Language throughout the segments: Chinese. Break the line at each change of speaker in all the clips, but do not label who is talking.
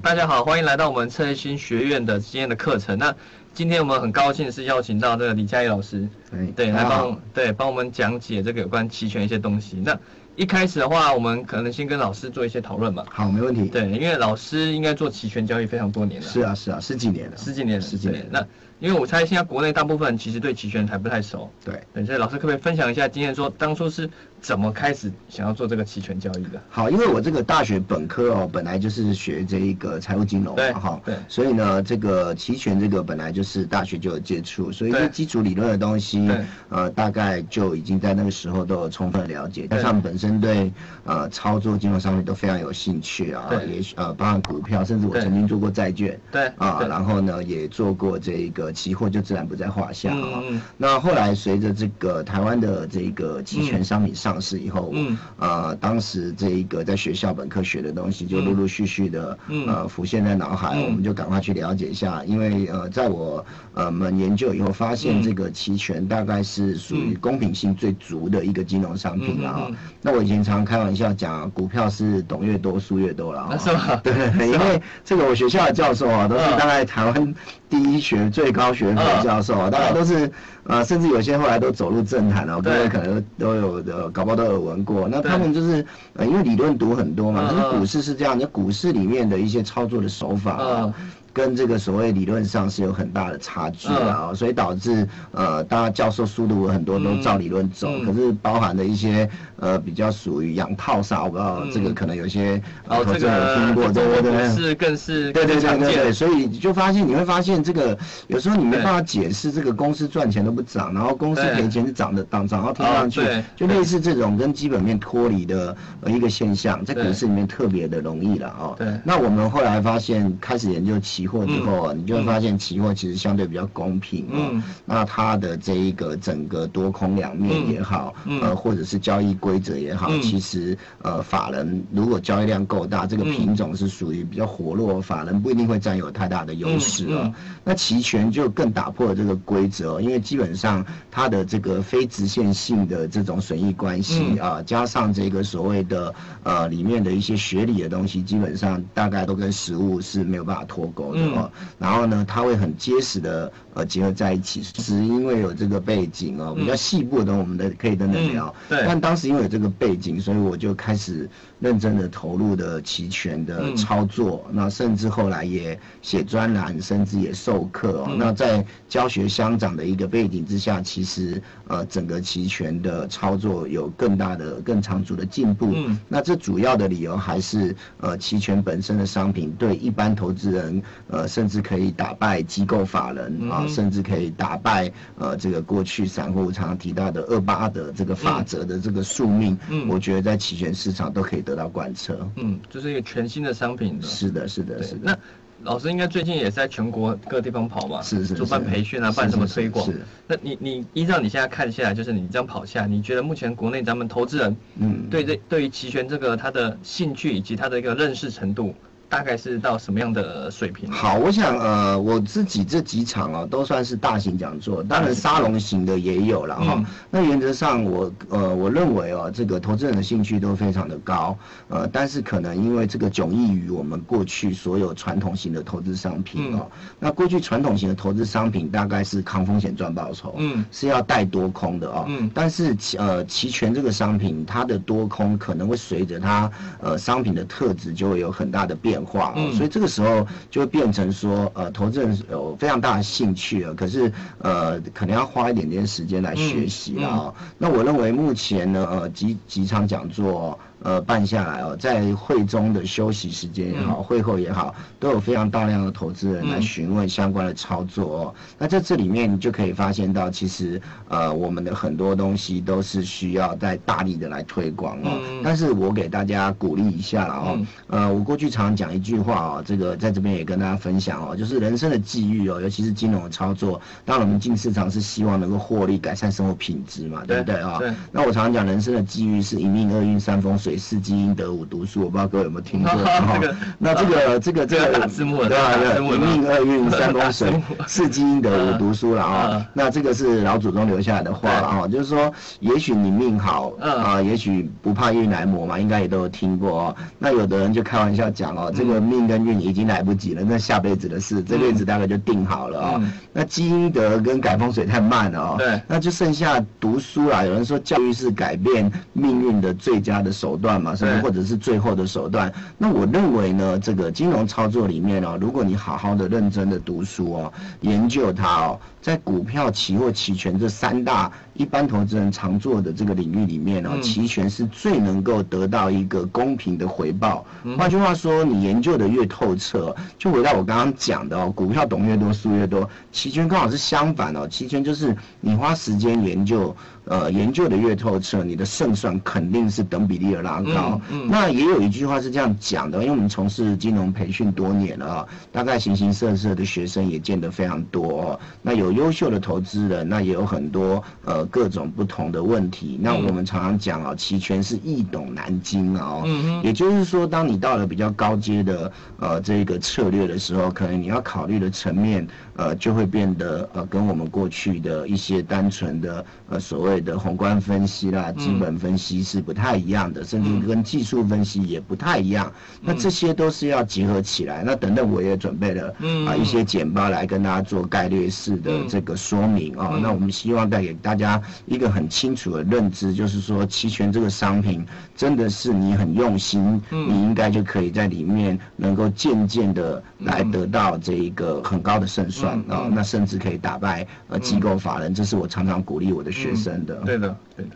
大家好，欢迎来到我们策略新学院的今天的课程。那今天我们很高兴是邀请到这个李佳怡老师，
哎
对，来
大家好
帮对帮我们讲解这个有关期权一些东西。那一开始的话，我们可能先跟老师做一些讨论吧。
好，没问题。，
对，因为老师应该做期权交易非常多年了，
是啊，是啊，十几年了，
十几年了，
十几年
对
了。
那因为我猜现在国内大部分人其实对期权还不太熟，
对，
对，所以老师可不可以分享一下今天说当初是怎么开始想要做这个期权交易的？
好，因为我这个大学本科哦，本来就是学这一个财务金融
对
嘛，哈，
对
所以呢，这个期权这个本来就是大学就有接触，所以
对
这基础理论的东西
对，
呃，大概就已经在那个时候都有充分了解，加
对
上本身对呃操作金融商品都非常有兴趣啊，
对
也许呃，包含股票，甚至我
对
曾经做过债券，
对
啊
对，
然后呢，也做过这个期货，就自然不在话下
嗯
啊
嗯嗯。
那后来随着这个台湾的这个期权商品上市以后，
嗯
呃，当时这一个在学校本科学的东西就陆陆续续的、
嗯
呃浮现在脑海，
嗯
我们就赶快去了解一下，因为呃，在我呃们研究以后发现，
嗯
这个期权大概是属于公平性最足的一个金融商品
嗯
啊。
嗯嗯
那我以前常开玩笑讲，股票是懂越多输越多了啊，
是吗
对，因为这个我学校的教授啊，都是
嗯
大概台湾第一学最高学府的教授啊，
嗯
大概都是呃，甚至有些后来都走入政坛啊了，不
对
过可能都有的，搞不好都有闻过。那
对
他们就是呃，因为理论读很多嘛，
嗯
可是股市是这样，就股市里面的一些操作的手法
嗯
啊。跟这个所谓理论上是有很大的差距啊，
嗯
所以导致呃，大家教授书读很多都照理论走，
嗯嗯
可是包含的一些呃比较属于养套杀，我不知道这个可能有些
然后
呃投
嗯哦这
资人有
个
听过，
中
对
国
对
股
对。
市更是
对对
更
对
常
对
见
对，所以就发现你会发现这个有时候你没
对
办法解释这个公司赚钱都不涨，然后公司
对
赔钱是涨的涨，然后听上去
啊对
就类似这种跟基本面脱离的呃一个现象，在股市里面特别的容易了哦。
对
那我们后来发现开始研究期货之后啊，你就会发现期货其实相对比较公平哦。
嗯
那它的这一个整个多空两面也好，
嗯嗯
呃或者是交易规则也好，
嗯
其实呃法人如果交易量够大，这个
嗯
品种是属于比较活络，法人不一定会占有太大的优势
嗯
啊。
嗯
那期权就更打破了这个规则哦，因为基本上它的这个非直线性的这种损益关系
嗯
啊，加上这个所谓的呃里面的一些学理的东西，基本上大概都跟实物是没有办法脱钩的
嗯
哦。然后呢，它会很结实的呃结合在一起，只因为有这个背景哦，比较细部的我们的可以等等
嗯
聊。
嗯对
但当时因为有这个背景，所以我就开始认真的投入的期权的
嗯
操作，那甚至后来也写专栏，甚至也授课
嗯
哦。那在教学相长的一个背景之下，其实呃整个期权的操作有更大的、更长足的进步。
嗯
那这主要的理由还是呃期权本身的商品对一般投资人呃甚至可以打败机构法人啊，
嗯哼
甚至可以打败呃这个过去散户常常提到的二八的这个法则的这个宿命，
嗯
我觉得在期权市场都可以得到贯彻。
嗯，就是一个全新的商品的。
是的，是的，
对
是，的
那。老师应该最近也是在全国各地方跑嘛，
是是
就办
是
培训啊，
是
办什么
是
推广
是。
那你你依照你现在看下来，就是你这样跑下来，你觉得目前国内咱们投资人，
嗯
对这对于期权这个他的兴趣以及他的一个认识程度，大概是到什么样的水平？
好，我想呃，我自己这几场哦，都算是大型讲座，当然沙龙型的也有了哈、
嗯
那原则上我呃，我认为哦，这个投资人的兴趣都非常的高，呃，但是可能因为这个迥异于我们过去所有传统型的投资商品哦。那过去传统型的投资商品大概是抗风险赚报酬，
嗯
是要带多空的哦。
嗯
但是期呃期权这个商品，它的多空可能会随着它呃商品的特质就会有很大的变化、哦
嗯
所以这个时候就会变成说呃投资人有非常大的兴趣啊了，可是呃可能要花一点点时间来学习了、哦
嗯
那我认为目前呢呃几几场讲座、哦。呃，办下来哦，在会中的休息时间也好、会后也好，都有非常大量的投资人来
嗯
询问相关的操作哦。那在这里面，你就可以发现到，其实呃，我们的很多东西都是需要在大力的来推广哦。
嗯
但是我给大家鼓励一下了哦。
嗯
呃，我过去常讲一句话哦，这个在这边也跟大家分享哦，就是人生的际遇哦，尤其是金融的操作，当然我们进市场是希望能够获利，改善生活品质嘛，对不对啊、
嗯对
那我常常讲，人生的际遇是一命二运三风水水四基因德五毒素，我不知道各位有没有听 过。
这个
哦那这个这个这
这个
个
打字幕了
对吧？
这个打
对啊
字幕了
一命二运三
打
风
字
水
幕
四基因德五
嗯
毒素了
嗯
啊。那这个是老祖宗留下来的话了啊，就是说，也许你命好
嗯
啊，也许不怕运来磨嘛，应该也都有听过哦。那有的人就开玩笑讲哦，这个
嗯
命跟运已经来不及了，那下辈子的事，这辈子大概就定好了哦
嗯。
那基因德跟改风水太慢了哦。
对
那就剩下读书啦。有人说教育是改变命运的最佳的手段嘛，什么
对
或者是最后的手段。那我认为呢，这个金融操作里面哦，如果你好好的认真的读书哦，研究它哦，在股票、期货、期权这三大一般投资人常做的这个领域里面哦，
嗯
期权是最能够得到一个公平的回报。
嗯
换句话说，你研究的越透彻，就回到我刚刚讲的哦，股票懂越多，输越多。期权刚好是相反哦，期权就是你花时间研究，呃，研究的越透彻，你的胜算肯定是等比例而拉高。
嗯嗯
那也有一句话是这样讲的，因为我们从事金融培训多年了、哦，大概形形色色的学生也见得非常多、哦。那有优秀的投资人，那也有很多呃各种不同的问题。那
嗯
我们常常讲哦，期权是易懂难精啊、哦。
嗯哼
也就是说，当你到了比较高阶的呃这个策略的时候，可能你要考虑的层面呃就会变得呃跟我们过去的一些单纯的呃所谓的宏观分析
嗯
啦、基本分析是不太一样的，甚至跟技术分析也不太一样。
嗯
那这些都是要结合起来。那等等，我也准备了啊、
嗯
一些简报来跟大家做概略式的
嗯
这个说明哦。
嗯
那我们希望带给大家一个很清楚的认知，就是说期权这个商品真的是你很用心，
嗯
你应该就可以在里面能够渐渐的来得到这一个很高的胜算
嗯嗯嗯
哦。那甚至可以打败呃机构法人，这是我常常鼓励我的学生的。
嗯对的，对的。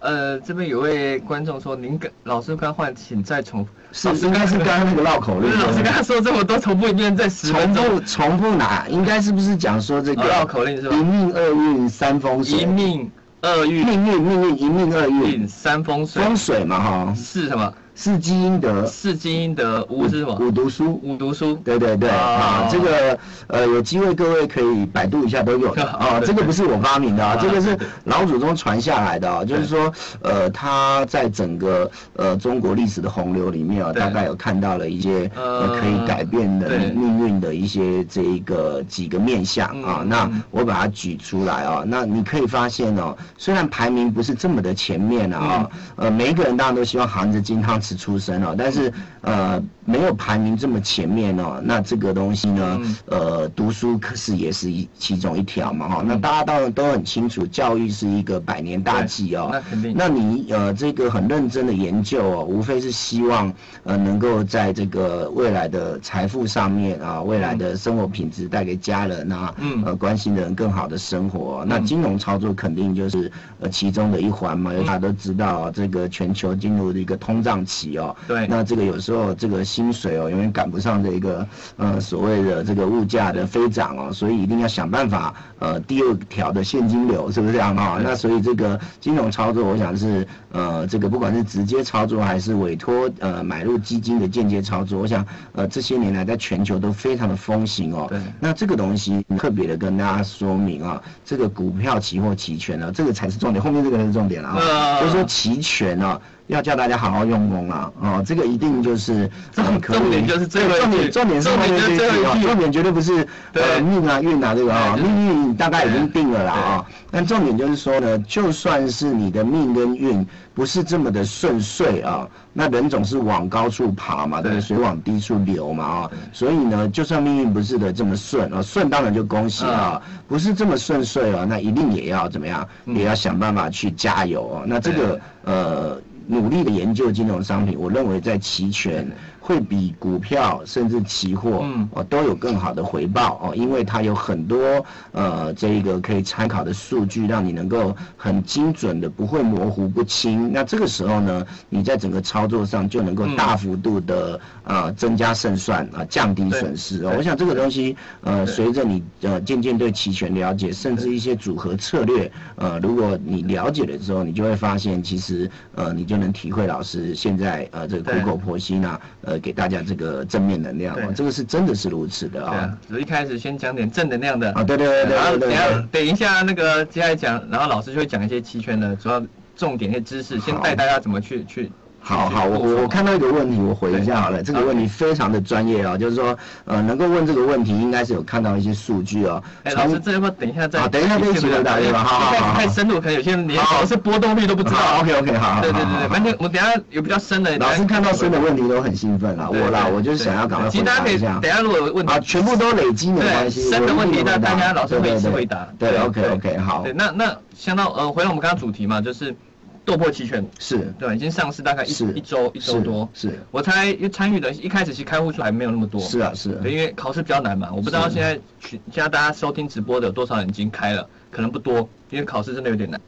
呃，这边有位观众说，您跟老师刚换，请再重复。
是
老师
应该是刚刚那个绕口
不
令
嗯是。老师
对不对
刚刚说这么多，重复一遍再十分
重
钟。
复重复哪？应该是不是讲说这个
哦绕口令是吧
一命二运三风水，
一命二运
命运命运一命二运
运三风水
风水嘛哈，
是什么？
是基因德
四积阴德，五是什么？
五读书。
五读书。
嗯对对对
哦
啊，这个呃，有机会各位可以百度一 下都有的啊，这个不是我发明的啊，这个是老祖宗传下来的啊，就是说呃，他在整个呃中国历史的洪流里面啊，
对
大概有看到了一些
呃
呃可以改变的
对
命运的一些这一个几个面相啊，
嗯
那
嗯
我把它举出来啊，那你可以发现哦，虽然排名不是这么的前面
嗯
啊，呃，每一个人当然都希望含着金汤匙出生哦，但是呃，没有排名这么前面哦，那这个东西呢
嗯，
呃，读书可是也是一其中一条嘛哈、那大家当然都很清楚，教育是一个百年大
对
计哦，
那肯定。
那你呃这个很认真的研究哦，无非是希望呃能够在这个未来的财富上面啊，未来的生活品质带给家人啊，
嗯
呃关心的人更好的生活哦、那
嗯
金融操作肯定就是呃其中的一环嘛，大家都知道哦、这个全球进入了一个通胀期哦，
对
那这个有时候这个薪水哦，永远赶不上这个呃所谓的这个物价的飞涨哦，所以一定要想办法呃第二条的现金流是不是这样啊、
对
那所以这个金融操作，我想是呃这个不管是直接操作还是委托呃买入基金的间接操作，我想呃这些年来在全球都非常的风行哦。
对
那这个东西特别的跟大家说明啊，这个股票、期货、期权呢、这个才是重点，后面这个才是重点了啊、
呃
就是说期权啊，要叫大家好好用功啊，哦，这个一定就是
重
呃可以
重点就是最后一句
重点重点是后
重点就
面这
是
一
最后一
句啊
句
重点绝对不是
对
呃命啊运啊这个啊，
对就是
命运大概已经定了啦啊，但重点就是说呢，就算是你的命跟运不是这么的顺遂啊，那人总是往高处爬嘛，对不
对
对？水往低处流嘛啊，所以呢，就算命运不是的这么顺啊，顺当然就恭喜啊，不是这么顺遂啊，那一定也要怎么样，也要想办法去加油哦。那这
嗯对
个呃。努力的研究金融商品，我认为在期权会比股票甚至期货、
嗯
哦都有更好的回报哦，因为它有很多呃这一个可以参考的数据，让你能够很精准的，不会模糊不清。那这个时候呢，你在整个操作上就能够
嗯
大幅度的、呃增加胜算啊、降低损失哦
对。
我想这个东西呃，
对
随着你呃渐渐对期权了解，甚至一些组合策略，呃，如果你了解了之后，你就会发现其实呃你就能体会老师现在呃这个
对
苦口婆心啊，呃给大家这个正面能量、
对
哦，这个是真的是如此的
对啊
啊。，
只是一开始先讲点正能量的。
啊，对对对
然后
对对
等一
对
下等
对。
一下那个接下来讲，然后老师就会讲一些期权的主要重点一些知识，先带大家怎么去去
好好，我我我看到一个问题，我回一下好了。
对
这个问题非常的专业啊，就是说，呃，能够问这个问题，应该是有看到一些数据啊。
哎，老师，这要不要等一下再？
好啊等一下再一起回答对吧好好
太
好好
太深入，可能有些人连老师波动率都不知道。
OK OK，好好。啊
对对对对，
好
反正我等一下有比较深的。
老师看到
深
生的问题都很兴奋啦，我啦，我就是想要赶快
其实
回
大家
答
可以
一下
等一。下如果有问题
啊，全部都累积没关系，
对深的
我一
问
定
题，那
会
大
回答
家老师会一次
对对
回答。
对，OK OK，好
对，，那那相到呃，回到我们刚刚主题嘛，就是斗破期权，
是
对，已经上市大概一
是
一周一周
是
多。
是
我猜因为参与的一开始其实开户数还没有那么多，
是啊是，
对，因为考试比较难嘛。我不知道
是
现在群现在大家收听直播的有多少人已经开了，可能不多，因为考试真的有点难。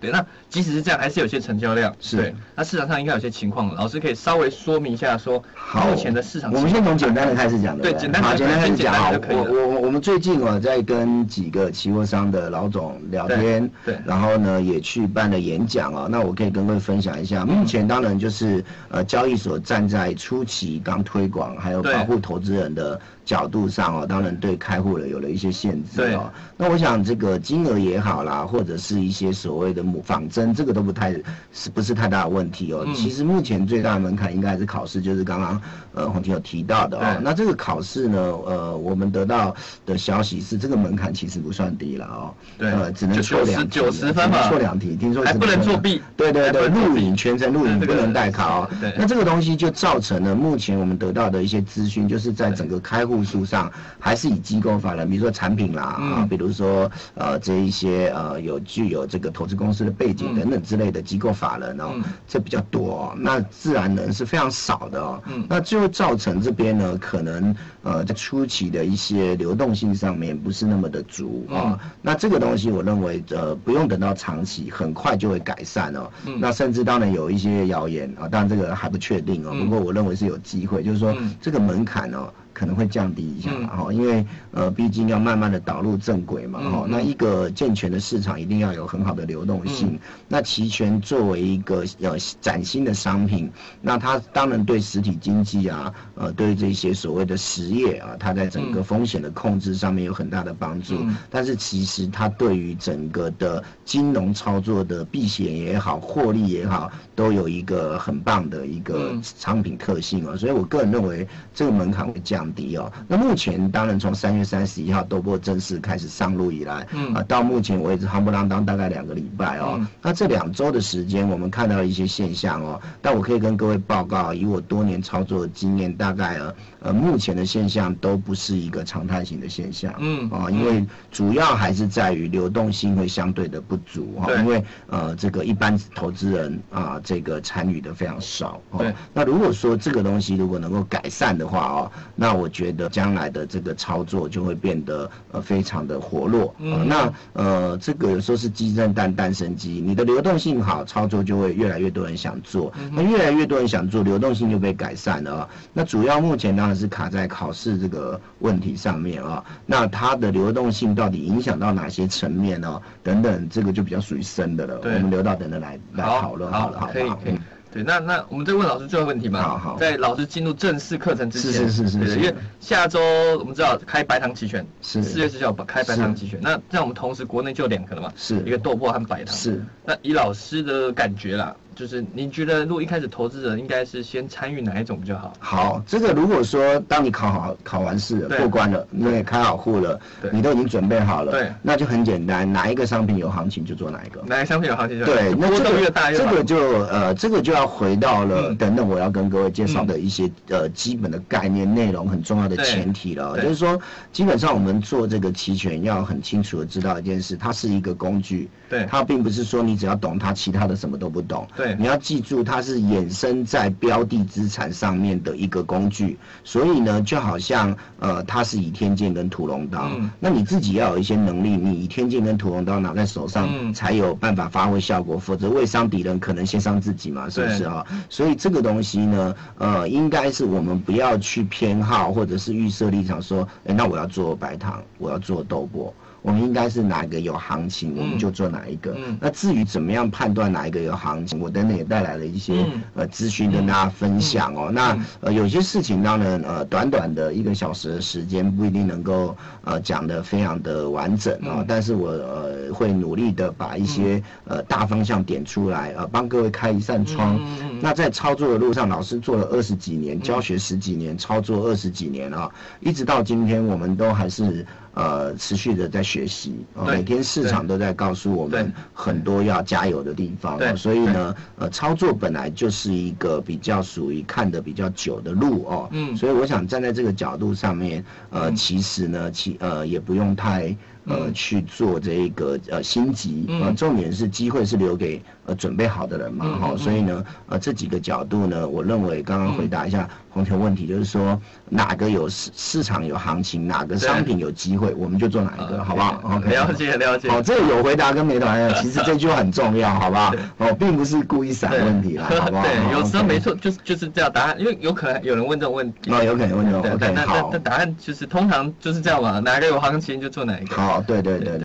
对，那即使是这样，还是有些成交量。
是
对，那市场上应该有些情况，老师可以稍微说明一下说，
好，
目前的市场
我们先从简单的开始讲，
对
不
简单的
好，简单开始
简
讲。
单
好
的就可以
我
了
我我我们最近我在跟几个期货商的老总聊天，
对对
然后呢也去办了演讲啊、那我可以跟各位分享一下，目前当然就是呃交易所站在初期刚推广，还有
对
保护投资人的角度上哦，当然对开户人有了一些限制
对
哦。那我想这个金额也好啦，或者是一些所谓的模仿真，这个都不太是不是太大的问题哦。
嗯
其实目前最大的门槛应该还是考试，就是刚刚呃洪婷有提到的哦
对。
那这个考试呢，呃，我们得到的消息是这个门槛其实不算低了哦。
对
呃，只能
就
错
90
两题
90分
只能
嘛
错两题，听说
还
是
不能
可
作弊
对对
还不
对，
能作
录
弊
影全程录影
这
不
个
能代考哦。
对
那这个东西就造成了目前我们得到的一些资讯，就是在整个开户数上，还是以机构法人，比如说产品啦啊
嗯，
比如说呃这一些呃有具有这个投资公司的背景
嗯
等等之类的机构法人哦
嗯，
这比较多、哦，那自然人是非常少的哦。
嗯
那就造成这边呢，可能呃在初期的一些流动性上面不是那么的足啊、
嗯
那这个东西我认为呃不用等到长期，很快就会改善哦。
嗯
那甚至当然有一些谣言啊、当然这个还不确定哦。
嗯
不过我认为是有机会，就是说
嗯
这个门槛哦。可能会降低一下啦，哈、因为呃，毕竟要慢慢的导入正轨嘛，哈、啊
嗯嗯
那一个健全的市场一定要有很好的流动
嗯
性，那期权作为一个呃崭新的商品，那它当然对实体经济啊，呃，对这些所谓的实业啊，它在整个风险的控制上面有很大的帮助。
嗯
但是其实它对于整个的金融操作的避险也好，获利也好，都有一个很棒的一个
嗯
商品特性啊。所以我个人认为这个门槛会降低哦。那目前当然从三月三十一号豆粕正式开始上路以来，
嗯
啊，到目前为止，夯不啷当大概两个礼拜哦。
嗯
那这两周的时间，我们看到了一些现象哦。但我可以跟各位报告，以我多年操作的经验，大概呃呃，目前的现象都不是一个常态型的现象。
嗯
啊、因为主要还是在于流动性会相对的不足哈、
对
因为呃，这个一般投资人啊、这个参与的非常少。哦
对。
那如果说这个东西如果能够改善的话哦，那我觉得将来的这个操作就会变得呃非常的活络。
嗯
呃那呃，这个有时候是鸡生蛋，蛋生鸡，你的流动性好，操作就会越来越多人想做。
嗯
那越来越多人想做，流动性就被改善了、哦。那主要目前当然是卡在考试这个问题上面啊、那它的流动性到底影响到哪些层面哦？等等，这个就比较属于深的了，我
对
们留到等等来来讨论好了，好嗯
可以
不好？
可以。对，那那我们再问老师最后问题嘛。
好好
在老师进入正式课程之前，
是是是是
对
是
因为下周我们知道开白糖期权，
是
四月十九号开白糖
是
期权。那那我们同时国内就有两个了嘛，
是
一个豆粕和白糖。
是。
那以老师的感觉啦，就是您觉得如果一开始投资人应该是先参与哪一种比较好？
好，这个如果说当你考好考完试了
对
过关了，你也开好户了，
对
你都已经准备好了，
对
那就很简单，哪一个商品有行情就做哪一个。
哪个商品有行情就好？
对，那
波
这
动
个
越大越
这
好。
个就呃，这个就要回到了、
嗯
等等我要跟各位介绍的一些、呃基本的概念、内容很重要的
对
前提了哦。
对
就是说，基本上我们做这个期权要很清楚的知道一件事，它是一个工具，
对
它并不是说你只要懂它，其他的什么都不懂。
对
你要记住，它是衍生在标的资产上面的一个工具，所以呢，就好像呃，它是倚天剑跟屠龙刀，
嗯
那你自己要有一些能力，你倚天剑跟屠龙刀拿在手上，
嗯
才有办法发挥效果，否则未伤敌人，可能先伤自己嘛，是不是啊、所以这个东西呢，呃，应该是我们不要去偏好或者是预设立场说，哎、那我要做白糖，我要做豆粕。我们应该是哪一个有行情，我们就做哪一个。
嗯
那至于怎么样判断哪一个有行情，我等等也带来了一些、
嗯
呃资讯跟大家分享哦。那呃有些事情当然呃短短的一个小时的时间不一定能够呃讲的非常的完整啊、
嗯
但是我呃会努力的把一些、呃大方向点出来，呃帮各位开一扇窗。
嗯嗯嗯
那在操作的路上，老师做了二十几年，教学十几年，操作二十几年啊、一直到今天，我们都还是呃持续的在学习、哦
对
每天市场都在告诉我
对
们很多要加油的地方、
对
哦，所以呢，呃，操作本来就是一个比较属于看的比较久的路哦，
嗯
所以我想站在这个角度上面，呃，
嗯
其实呢，其呃也不用太。呃，
嗯
去做这一个呃心急，
嗯
呃，重点是机会是留给呃准备好的人嘛，
嗯
哈、
嗯
所以呢，呃，这几个角度呢，我认为刚刚回答一下红球问题，就是说哪个有市市场有行情，哪个
对
商品有机会，我们就做哪一个，嗯好不好？OK，
嗯呃了解了解。
哦，这个有回答跟没答案，其实这句话很重要，好 不好？哦，并不是故意闪问题啦，好不好？
对，有时候
OK
没。错，就是就是这样答案，因为有可能有人问这种问题。
哦，有可能问题
对，但
OK，
但但
好
但，答案就是通常就是这样嘛，哪个有行情就做哪一个。
好，对对对。